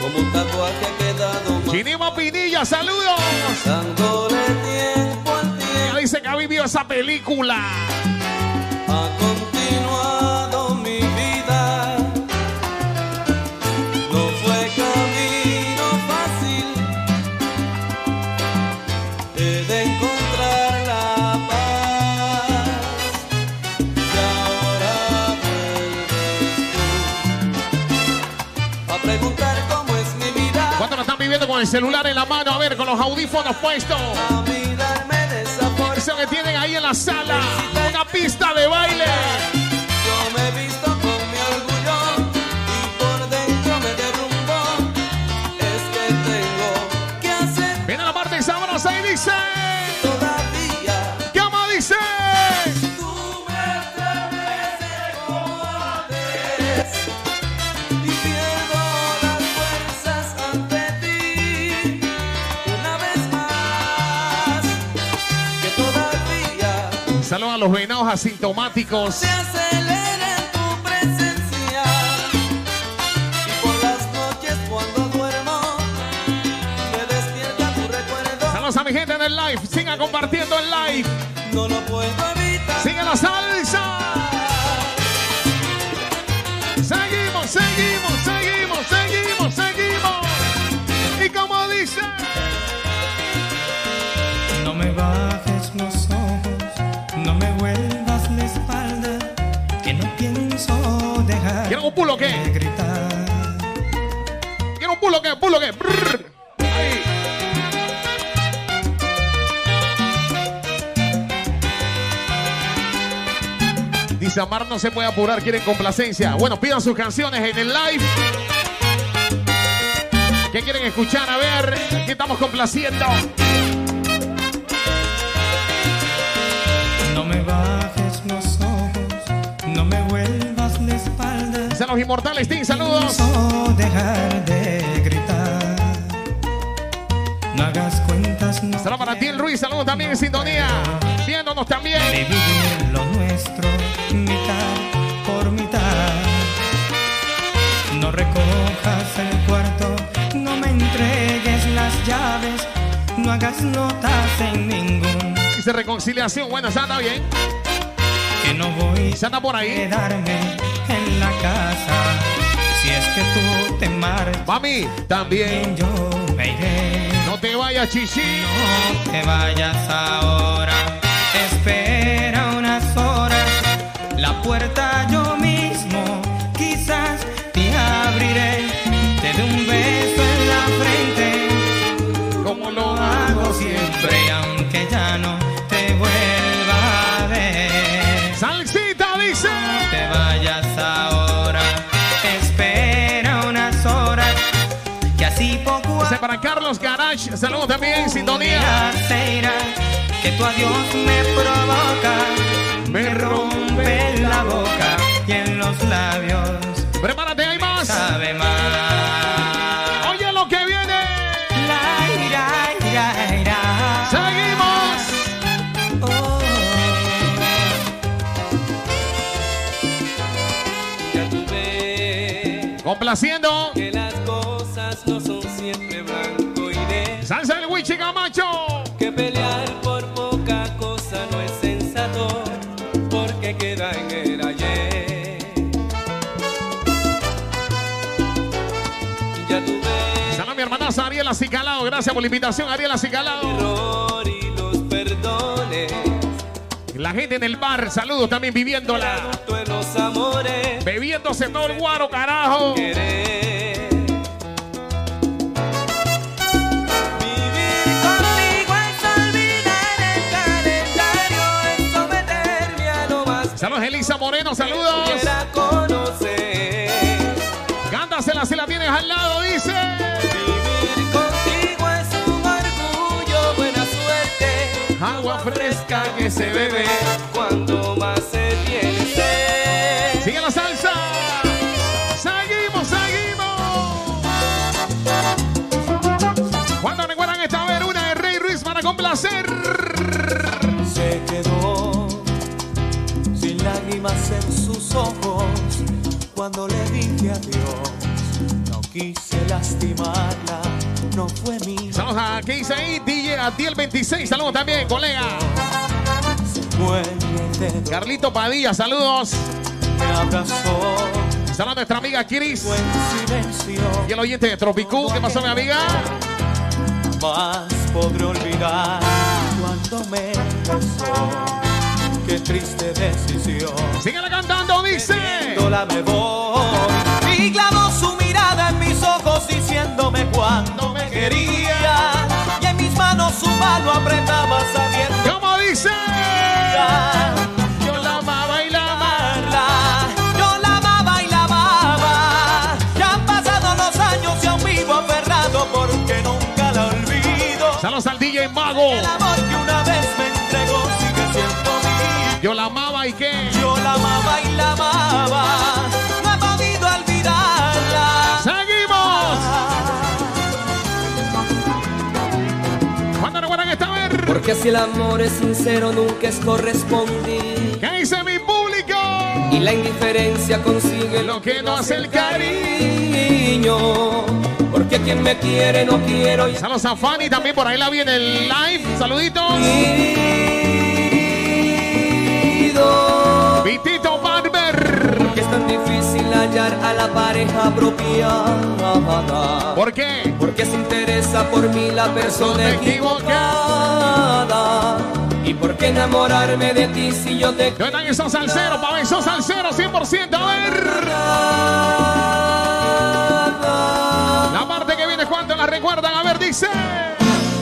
como un tatuaje ha quedado
Chinima Pinilla, saludos.
dándole tiempo al
Ella
tiempo.
dice que ha vivido esa película.
Ha continuado mi vida. No fue camino fácil el de encontrar la paz. Y ahora vuelves tú a preguntar cómo es mi vida,
¿Cuánto lo están viviendo con el celular en la mano? A ver, con los audífonos puestos.
a mirarme de esa forma.
Eso que tienen ahí en la sala. Una pista de baile.
Yo me he visto con mi orgullo y por dentro me derrumbo. Es que tengo que hacer
Viene la parte sabrosa y dice.
todavía.
¿Cómo dice?
Tú me atreves y pierdo las fuerzas ante ti. Una vez más, que todavía
Saludos a los venados asintomáticos.
se acelera en tu presencia y por las noches cuando duermo me despierta tu recuerdo
Saludos a mi gente en el live. Sigan compartiendo el live.
no lo puedo evitar
Sigue la salsa. Seguimos, seguimos, seguimos, seguimos, seguimos. Y como dice,
No me bajes los ojos, no me vuelvas la espalda, que no pienso dejar
¿quieren un pulo
de
qué?
gritar.
¿Quieren un pulo qué? ¿Pulo qué? Brrr. Ahí. Dice Amar no se puede apurar, quieren complacencia. Bueno, pidan sus canciones en el live. ¿Qué quieren escuchar? A ver, aquí estamos complaciendo.
No me bajes los ojos, no me vuelvas la espalda,
Dice los inmortales, Team, saludos.
pienso dejar de gritar. No hagas cuentas, no
Saludos para ti, el Ruiz. Saludos también en sintonía. Viéndonos también.
vivir lo nuestro, mitad por mitad. No recojas el cuarto, no me entregues las llaves, no hagas notas en ningún,
Dice reconciliación. Bueno, esa está bien.
que no voy
Esa está por
a
ahí.
quedarme en la casa. Si es que tú te marchas,
Mami, también.
yo me iré.
No te vayas, chichi.
No te vayas ahora, espera unas horas. La puerta yo mismo, quizás te abriré. Te dé un beso en la frente,
Como lo
hago siempre, aunque ya no te vuelva a ver.
Salsita dice.
No te vayas ahora, espera unas horas, que así poco
Dice para Carlos Garage. Saludos también en sintonía.
Mira, se irá, que tu adiós me provoca,
Me
me rompe la boca y en los labios
Prepárate, hay más.
sabe más.
Oye lo que viene.
La ira, ira, ira.
Seguimos.
Oh.
Complaciendo.
Que las cosas no son siempre blanco y negro.
Salsa del Wichi Camacho.
Que pelear por poca cosa no es sensato, porque queda en el ayer. Ya tuve
Saludos a mi hermanaza Ariela Cicalao. Gracias por la invitación, Ariela Cicalao.
error y los perdones.
La gente en el bar, saludos también viviéndola.
Tú en los amores
Bebiéndose todo el guaro, carajo.
querer. Vivir contigo es olvidar el calendario, es someterme a lo más
Saludos, Elisa Moreno, saludos.
Quiera conocer.
Cántasela si la tienes al lado, dice.
Vivir contigo es un orgullo, buena suerte.
Agua fresca que se
Bebé,
bebe.
cuando más se tiene sed.
Sigue la salsa. Seguimos, seguimos. Cuando recuerdan esta veruna de Rey Ruiz para complacer.
se quedó sin lágrimas en sus ojos cuando le dije adiós. No quise lastimarla, no fue mi
Saludos a Keisei, DJ Atiel 26. Saludos también, colega.
muerte.
Carlito Padilla, saludos.
Me abrazó
Saludos a nuestra amiga Kiris.
fue en silencio.
Y el oyente de Tropicú. ¿Qué pasó, mi amiga?
Más podré olvidar cuando me besó. Qué triste decisión.
Síguela cantando, dice.
la me voy y clavó su mirada en mis ojos diciéndome cuando me quería y en mis manos su mano apretaba sabiendo
¿Cómo dice?
que
Yo la amaba y la amaba.
amarla yo la amaba y la amaba ya han pasado los años y aún vivo aferrado porque nunca la olvido
Saludos al DJ Mago.
el amor que una vez me entregó sigue siendo mío
Yo la amaba y qué.
Yo la amaba y la amaba, no he podido olvidarla.
¡Seguimos! ¿Cuándo recuerdan esta vez?
Porque si el amor es sincero nunca es correspondido
¿Qué dice mi público?
y la indiferencia consigue
Lo que no hace el cariño.
cariño. Porque quien me quiere no quiero y
Saludos a Fanny también por ahí la vi en el live. Saluditos.
olvido.
Vitito Barber.
Porque es tan difícil hallar a la pareja apropiada.
¿Por qué?
Porque se interesa por mí la persona
Persona
equivocada. ¿Y por qué enamorarme de ti si yo te
¿Dónde están esos salseros? Pablo, esos salseros 100%. A ver.
amaba?
La parte que viene, ¿cuánto la recuerdan? A ver, dice.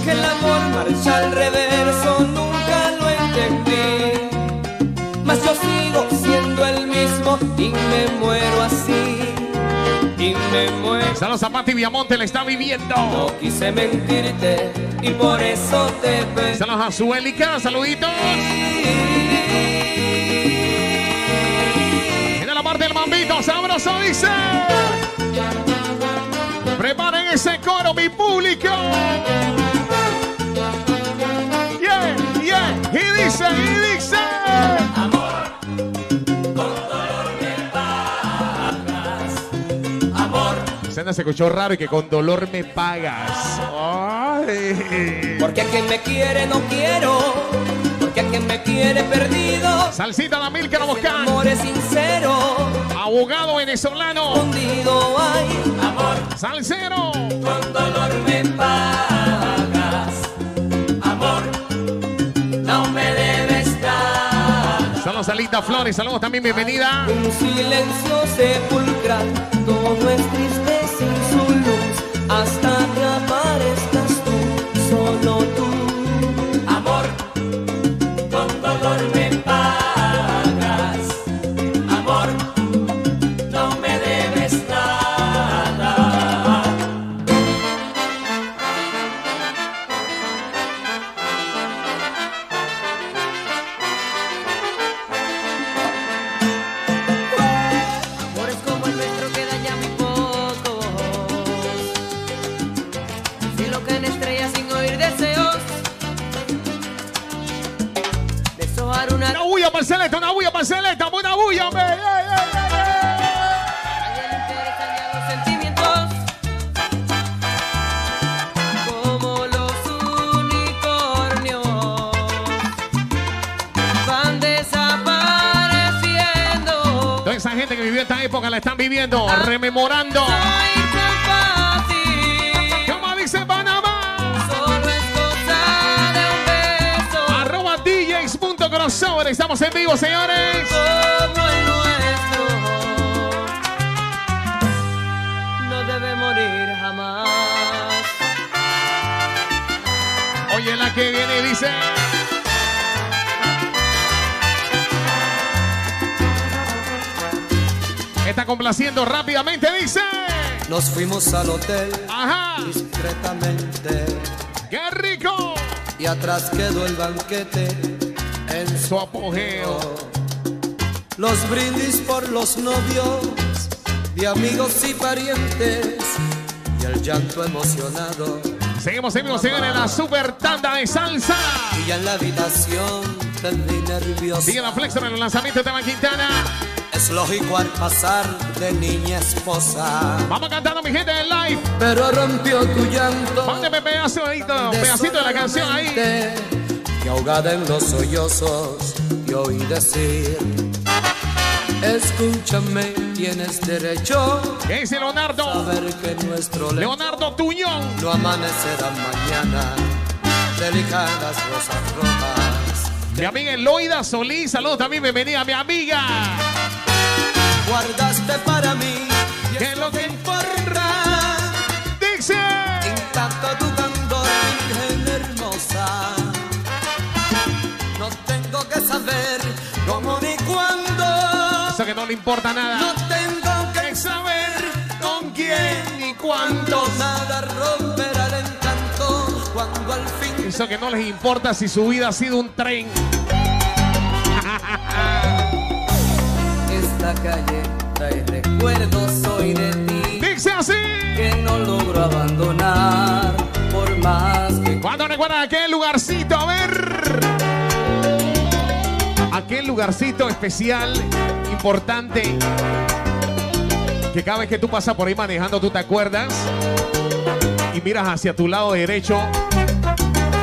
Que el amor marcha al reverso, nunca lo entendí. Mas yo sigo siendo el mismo y me muero así. Y me muero.
Saludos a Pati Viamonte, la está viviendo.
No quise mentirte y por eso te perdí.
Saludos a Suélica, saluditos. Mira la parte del mambito, sabroso dice. Preparen ese coro, mi público. Yeah, yeah, y dice, y dice. Senda se escuchó raro y que con dolor me pagas. Ay.
Porque a quien me quiere no quiero, porque a quien me quiere perdido.
Salsita la mil que
El amor es sincero,
Abogado venezolano.
hundido hay amor,
Salsero.
con dolor me pagas. Amor, no me debes dar.
Saludos a Linda Flores. Saludos también, bienvenida.
Un silencio sepulcral, todo es triste sin su luz, hasta que aparezcas tú, solo tú. Amor, con dolor me pagas, amor, no me debes nada.
Amores como el nuestro quedan ya muy pocos. Si lo en estrellas sin oír deseos. Deshojar una
Una bulla para el Celeste, una bulla para el Celeste, una bulla, hombre. ¡Ey, ey, ey, ey!
Alguien interesa ya los
gente que vivió esta época la están viviendo, rememorando. Como dice Panamá. Arroba DJs.crossover. Estamos en vivo, señores.
No debe morir jamás.
Oye, la que viene y dice. Está complaciendo rápidamente, dice.
Nos fuimos al hotel
Ajá.
discretamente
¡Qué rico!
y atrás quedó el banquete en
Su apogeo.
Los brindis por los novios, de amigos y parientes, y el llanto emocionado.
Seguimos en vivo, señores, la super tanda de salsa.
Y ya en la habitación tendí nervioso.
Sigue la flexor en el lanzamiento de Tema Quintana.
Es lógico al pasar de niña a esposa.
Vamos cantando, mi gente, en live.
Pero rompió tu llanto.
Mándeme pedazo ahí, un pedacito de la canción ahí.
desoladamente, Que ahogada en los sollozos te oí decir. Escúchame, tienes derecho
¿Qué dice
a
Leonardo?
ver que nuestro lecho
Leonardo Tuñón.
No amanecerá mañana, delicadas rosas rojas.
Mi amiga Eloida Solís. Saludos también, bienvenida, mi amiga.
Guardaste para mí, y
¿Qué es lo
eso
que-
que importa.
Dice.
Intacto tu candor, virgen hermosa. No tengo que saber cómo ni cuándo.
Eso que no le importa
No
nada.
tengo que saber con quién ni cuándo. Nada romperá el encanto cuando al fin
Eso que no les importa si su vida ha sido un tren.
Esta calle trae recuerdos hoy de ti
Dice así.
que no logro abandonar por más que
Cuando recuerdan aquel lugarcito, a ver. Aquel lugarcito especial, importante. Que cada vez que tú pasas por ahí manejando, tú te acuerdas. Y miras hacia tu lado derecho.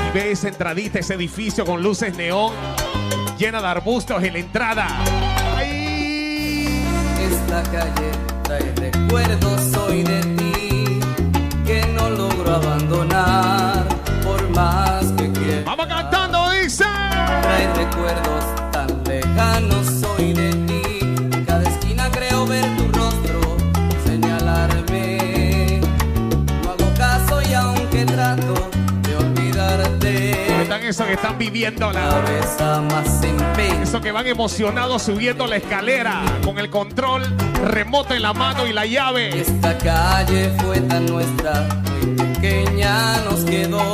Y ves esa entradita, ese edificio con luces neón. Llena de arbustos en la entrada. ¡Ay!
esta calle trae recuerdos hoy de ti que no logro abandonar por más que quiera.
Vamos cantando, dice.
Trae recuerdos tan lejanos soy de ti. En cada esquina creo ver tu rostro señalarme. No hago caso y aunque trato de olvidarte,
Están esos que están viviendo la.
cada vez a más empeño.
Eso que van emocionados subiendo la escalera con el control remoto en la mano y la llave.
Esta calle fue tan nuestra, muy pequeña nos quedó.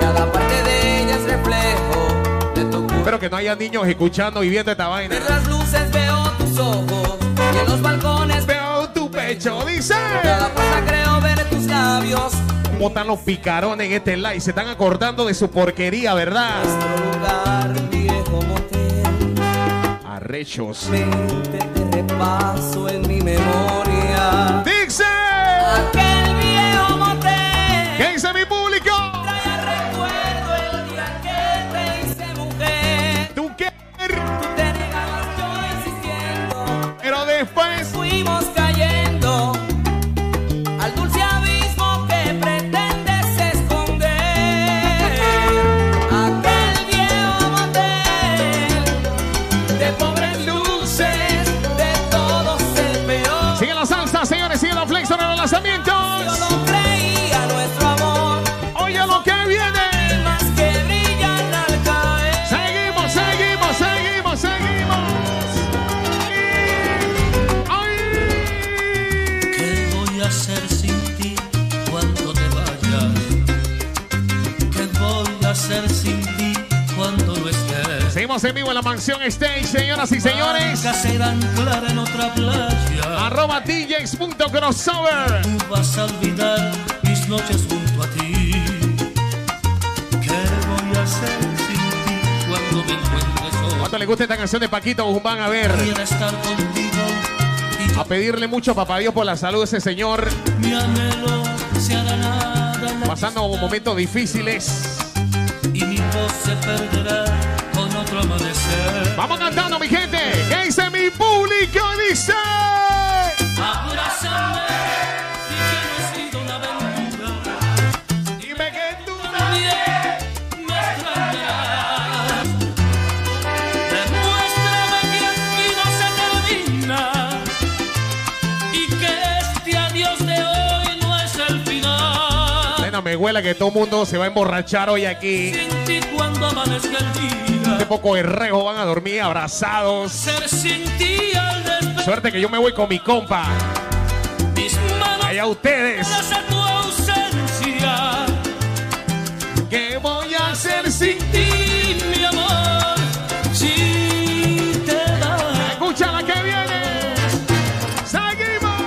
Cada parte de ella es reflejo de tu cuerpo.
Espero que no haya niños escuchando y viendo esta vaina.
En las luces veo tus ojos y en los balcones veo.
Veo tu pecho, dice.
Cada puerta creo ver tus labios.
¿Cómo están los picarones en este live? Se están acordando de su porquería, ¿verdad?
Nuestro lugar, viejo motel.
Arrechos.
Vente, te repaso en mi memoria.
Dice.
Aquel viejo motel.
¿Qué dice mi público?
Trae al recuerdo el día que te hice mujer.
¿Tú qué?
Tú te negabas, yo insistiendo.
Pero después.
Fuimos cayendo al dulce abismo que pretendes esconder. Aquel viejo motel de pobres luces, de todos el peor.
Sigue la salsa, señores. Sigue la flexión en los
Yo
lanzamientos.
no creía nuestro amor,
Oye lo que viene.
más que brillan al caer.
Seguimos, seguimos, seguimos, seguimos. ¡Ay!
¿Qué voy a hacer sin ti cuando te vayas? ¿Qué voy a hacer sin ti cuando no estés?
Seguimos en vivo en la mansión stage, señoras y señores.
Ah,
Barcas serán claras en otra playa.
Arroba DJs.crossover.
Tú vas a olvidar mis noches junto a ti. ¿Qué voy a hacer sin ti cuando me encuentres sola?
¿Cuánto les gusta esta canción de Paquito Guzmán? A ver,
Quiero estar contigo y
a pedirle mucho a Papá Dios por la salud de ese señor.
mi anhelo se hará nada en la
Pasando momentos difíciles.
y mi voz se perderá con otro amanecer.
Vamos cantando, mi gente. ¿Qué dice mi público? Dice.
este
Bueno, me huela que todo el mundo se va a emborrachar hoy aquí.
Sin ti cuando amanezca el día.
Este poco de rejo van a dormir abrazados.
Ser sin ti al despertar.
Suerte que yo me voy con mi compa.
Mis manos
Allá ustedes.
a tu ausencia.
¿Qué voy a hacer sin
Sin ti, mi amor, si te vas.
Escucha la que viene. Seguimos.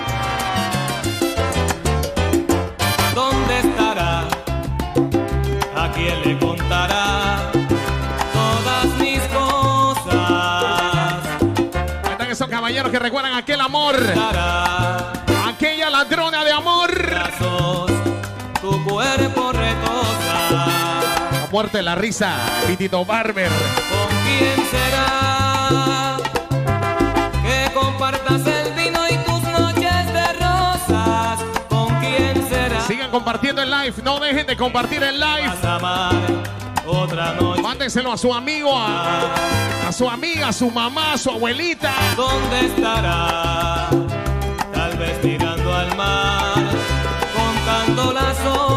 ¿Dónde estará? ¿A quién le contará todas mis cosas?
Ahí Están esos caballeros que recuerdan aquel amor.
Dará
Aquella ladrona de amor.
brazos, tu cuerpo retosa.
La muerte de la risa. Pitito Barber.
¿Con quién será? Que compartas el vino y tus noches de rosas. ¿Con quién será?
Sigan compartiendo el live. No dejen de compartir el live.
Vas a amar otra noche.
Mándenselo a su amigo, a, a su amiga, a su mamá, a su abuelita.
¿Dónde estará? Tal vez mirando al mar, contando las olas.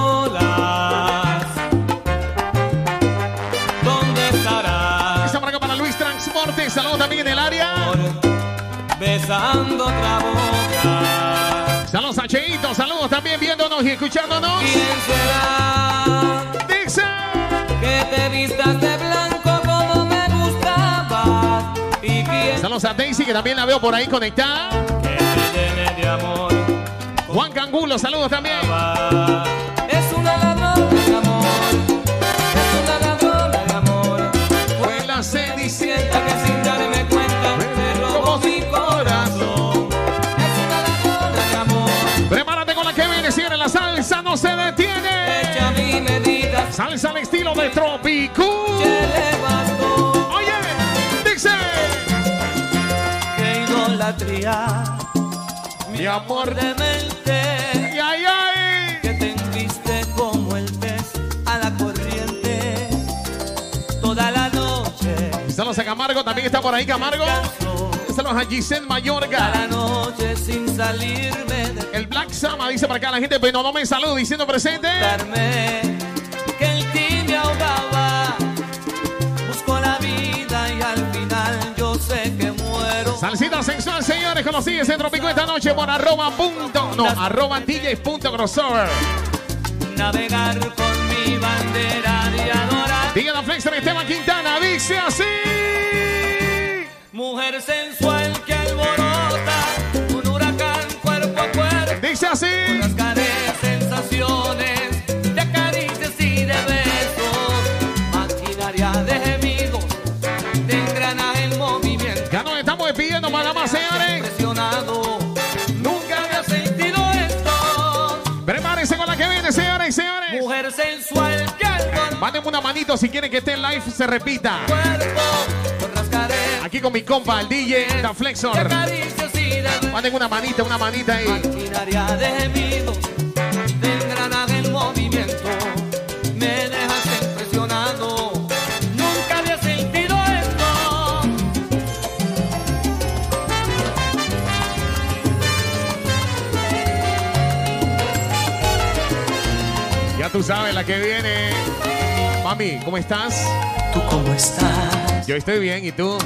¿Dónde estará?
Esa marca para Luis Transporte. Saludos también en el área.
Por- Besando otra boca.
Saludos a Cheito. Saludos también viéndonos y escuchándonos.
¿Quién será
Dice.
que te vistas de blanco como me gustaba? ¿Y quién
Saludos a Daisy, que también la veo por ahí conectada.
que te llene de amor?
Juan Cangulo, saludos también.
Va. Es una ladrona de amor, es una ladrona de amor.
Fue la sedición.
Sienta que sin darme cuenta me robó mi corazón. Es una ladrona de amor,
Prepárate con la que viene. Sigue la salsa, no se detiene.
hecha mi medida,
Salsa al estilo de Tropicú.
que le bastó.
Oye, dice.
Que idolatría,
Mi amor.
demente,
Ay, ay, ay.
que te enviste como el pez a la corriente. Toda la noche,
Saludos a Camargo, también está por ahí Camargo. Saludos a Giselle Mayorga.
la noche sin salirme de
El Black Sama dice para acá la gente, pues, pero no me saluda diciendo presente.
Darme, que el ti me ahogaba. Busco la vida y al final yo sé que muero.
Salsita sensual, señores, conocidos en Centro Pico esta noche por arroba punto, no, arroba DJ punto crossover.
Navegar con mi bandera y adorar.
Diga la flex de Esteban Quintana, dice así.
Mujer sensual que alborota. Un huracán cuerpo a cuerpo.
Dice así.
Rascaré sensaciones de caricias y de besos. Maquinaria de gemidos. De engranaje en movimiento.
Ya nos estamos despidiendo, más señores.
Impresionado.
Nunca
Nunca había sentido esto.
Prepárense con la que viene, señores y señores.
Mujer sensual que alborota.
Mándenme una manito si quieren que este live se repita.
cuerpo lo rascaré
Aquí con mi compa, el DJ, la
te
Flexor.
acaricio si de
Manden una manita, una manita ahí.
maquinaria de gemidos de engranaje en movimiento me dejas impresionado nunca había sentido esto
Ya tú sabes la que viene. Mami, ¿cómo estás?
¿Tú cómo estás?
Yo estoy bien, ¿y tú?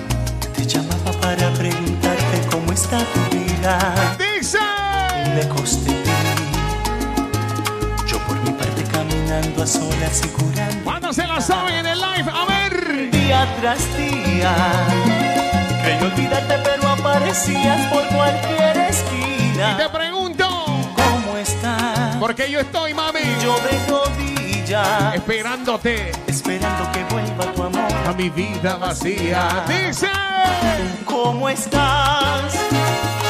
Te llamaba para preguntarte cómo está tu vida.
¡Dice!
Lejos de ti. Yo por mi parte caminando a solas y curando
¿Cuándo se la saben en el live? A ver.
día tras día. Creí olvidarte pero aparecías por cualquier
Te
esquina.
pregunto,
¿Cómo estás?
¿por qué yo estoy, mami?
Yo de rodillas
Esperándote
esperando que vuelva tu amor.
a mi vida vacía. ¡Dice!
¿Cómo estás?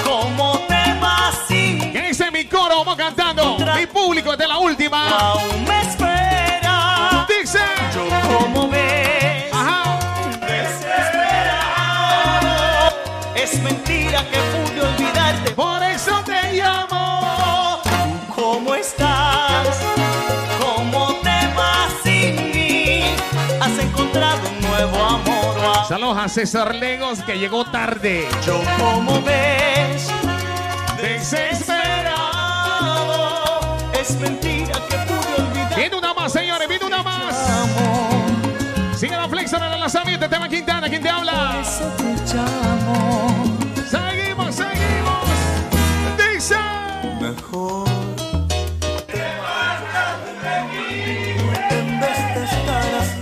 ¿Cómo te vas sin
¿Qué dice mi coro? Vamos cantando. Mi público es de la última.
aún me espera?
¡Dice!
Yo como ves,
Ajá.
desesperado. Es mentira que pude olvidarte.
Por eso te llamo.
¿Cómo estás? ¿Cómo te vas sin mí? ¿Has encontrado un nuevo amor? o a-
Saludos a César Legos que llegó tarde.
Yo como ves,
Desesperado.
desesperado. Es mentira que pude olvidarte.
Esteban Quintana, ¿quién te habla? Seguimos, seguimos. Dice.
Mejor.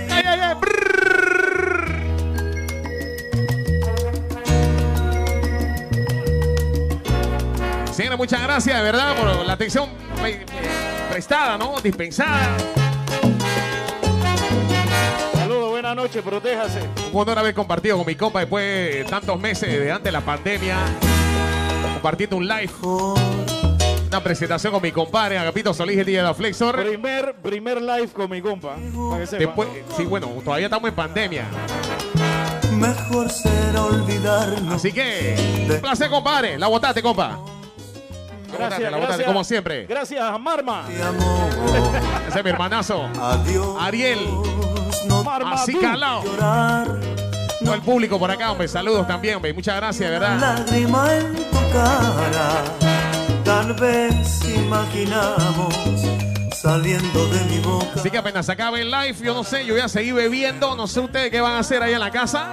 Ay, ay, ay, brrr. Señora, muchas gracias, de verdad, por la atención eh, prestada, ¿no? Dispensada.
Saludos, buenas noches, protéjase.
Un honor haber compartido con mi compa después de tantos meses de antes de la pandemia. Compartiendo un live. Una presentación con mi compadre, Agapito Solís, el día de la Flexor.
Primer, primer live con mi compa. para que sepa.
Después, sí, bueno, todavía estamos en pandemia.
Mejor será olvidarnos.
Así que, un placer, compadre. La botaste, compa. La botaste, la botaste, como siempre.
Gracias a Marma.
Ese es mi hermanazo. Ariel.
Marma,
Así
tú.
calado. Todo el público por acá, hombre. Saludos también, hombre. Muchas gracias, ¿verdad?
Lágrima en tu cara, tal vez imaginamos saliendo de mi boca.
Así que apenas se acabe el live, yo no sé, yo voy a seguir bebiendo. No sé ustedes qué van a hacer ahí en la casa.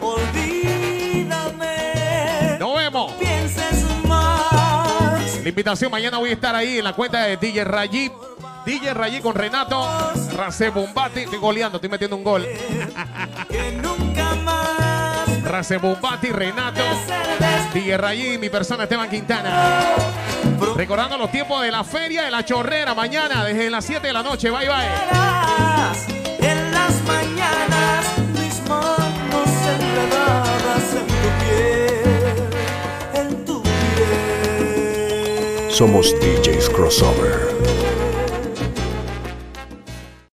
Olvídame,
Nos vemos.
pienses más.
La invitación mañana voy a estar ahí en la cuenta de DJ Rayí. DJ Rayí con Renato. Rase Bombati. Estoy goleando, estoy metiendo un gol. Rase Bombati, Renato. DJ Rayí, mi persona Esteban Quintana. Recordando los tiempos de la feria de la chorrera mañana desde las 7 de la noche. Bye bye.
En las mañanas, mis manos enredadas en tu piel, en tu piel.
Somos DJs Crossover.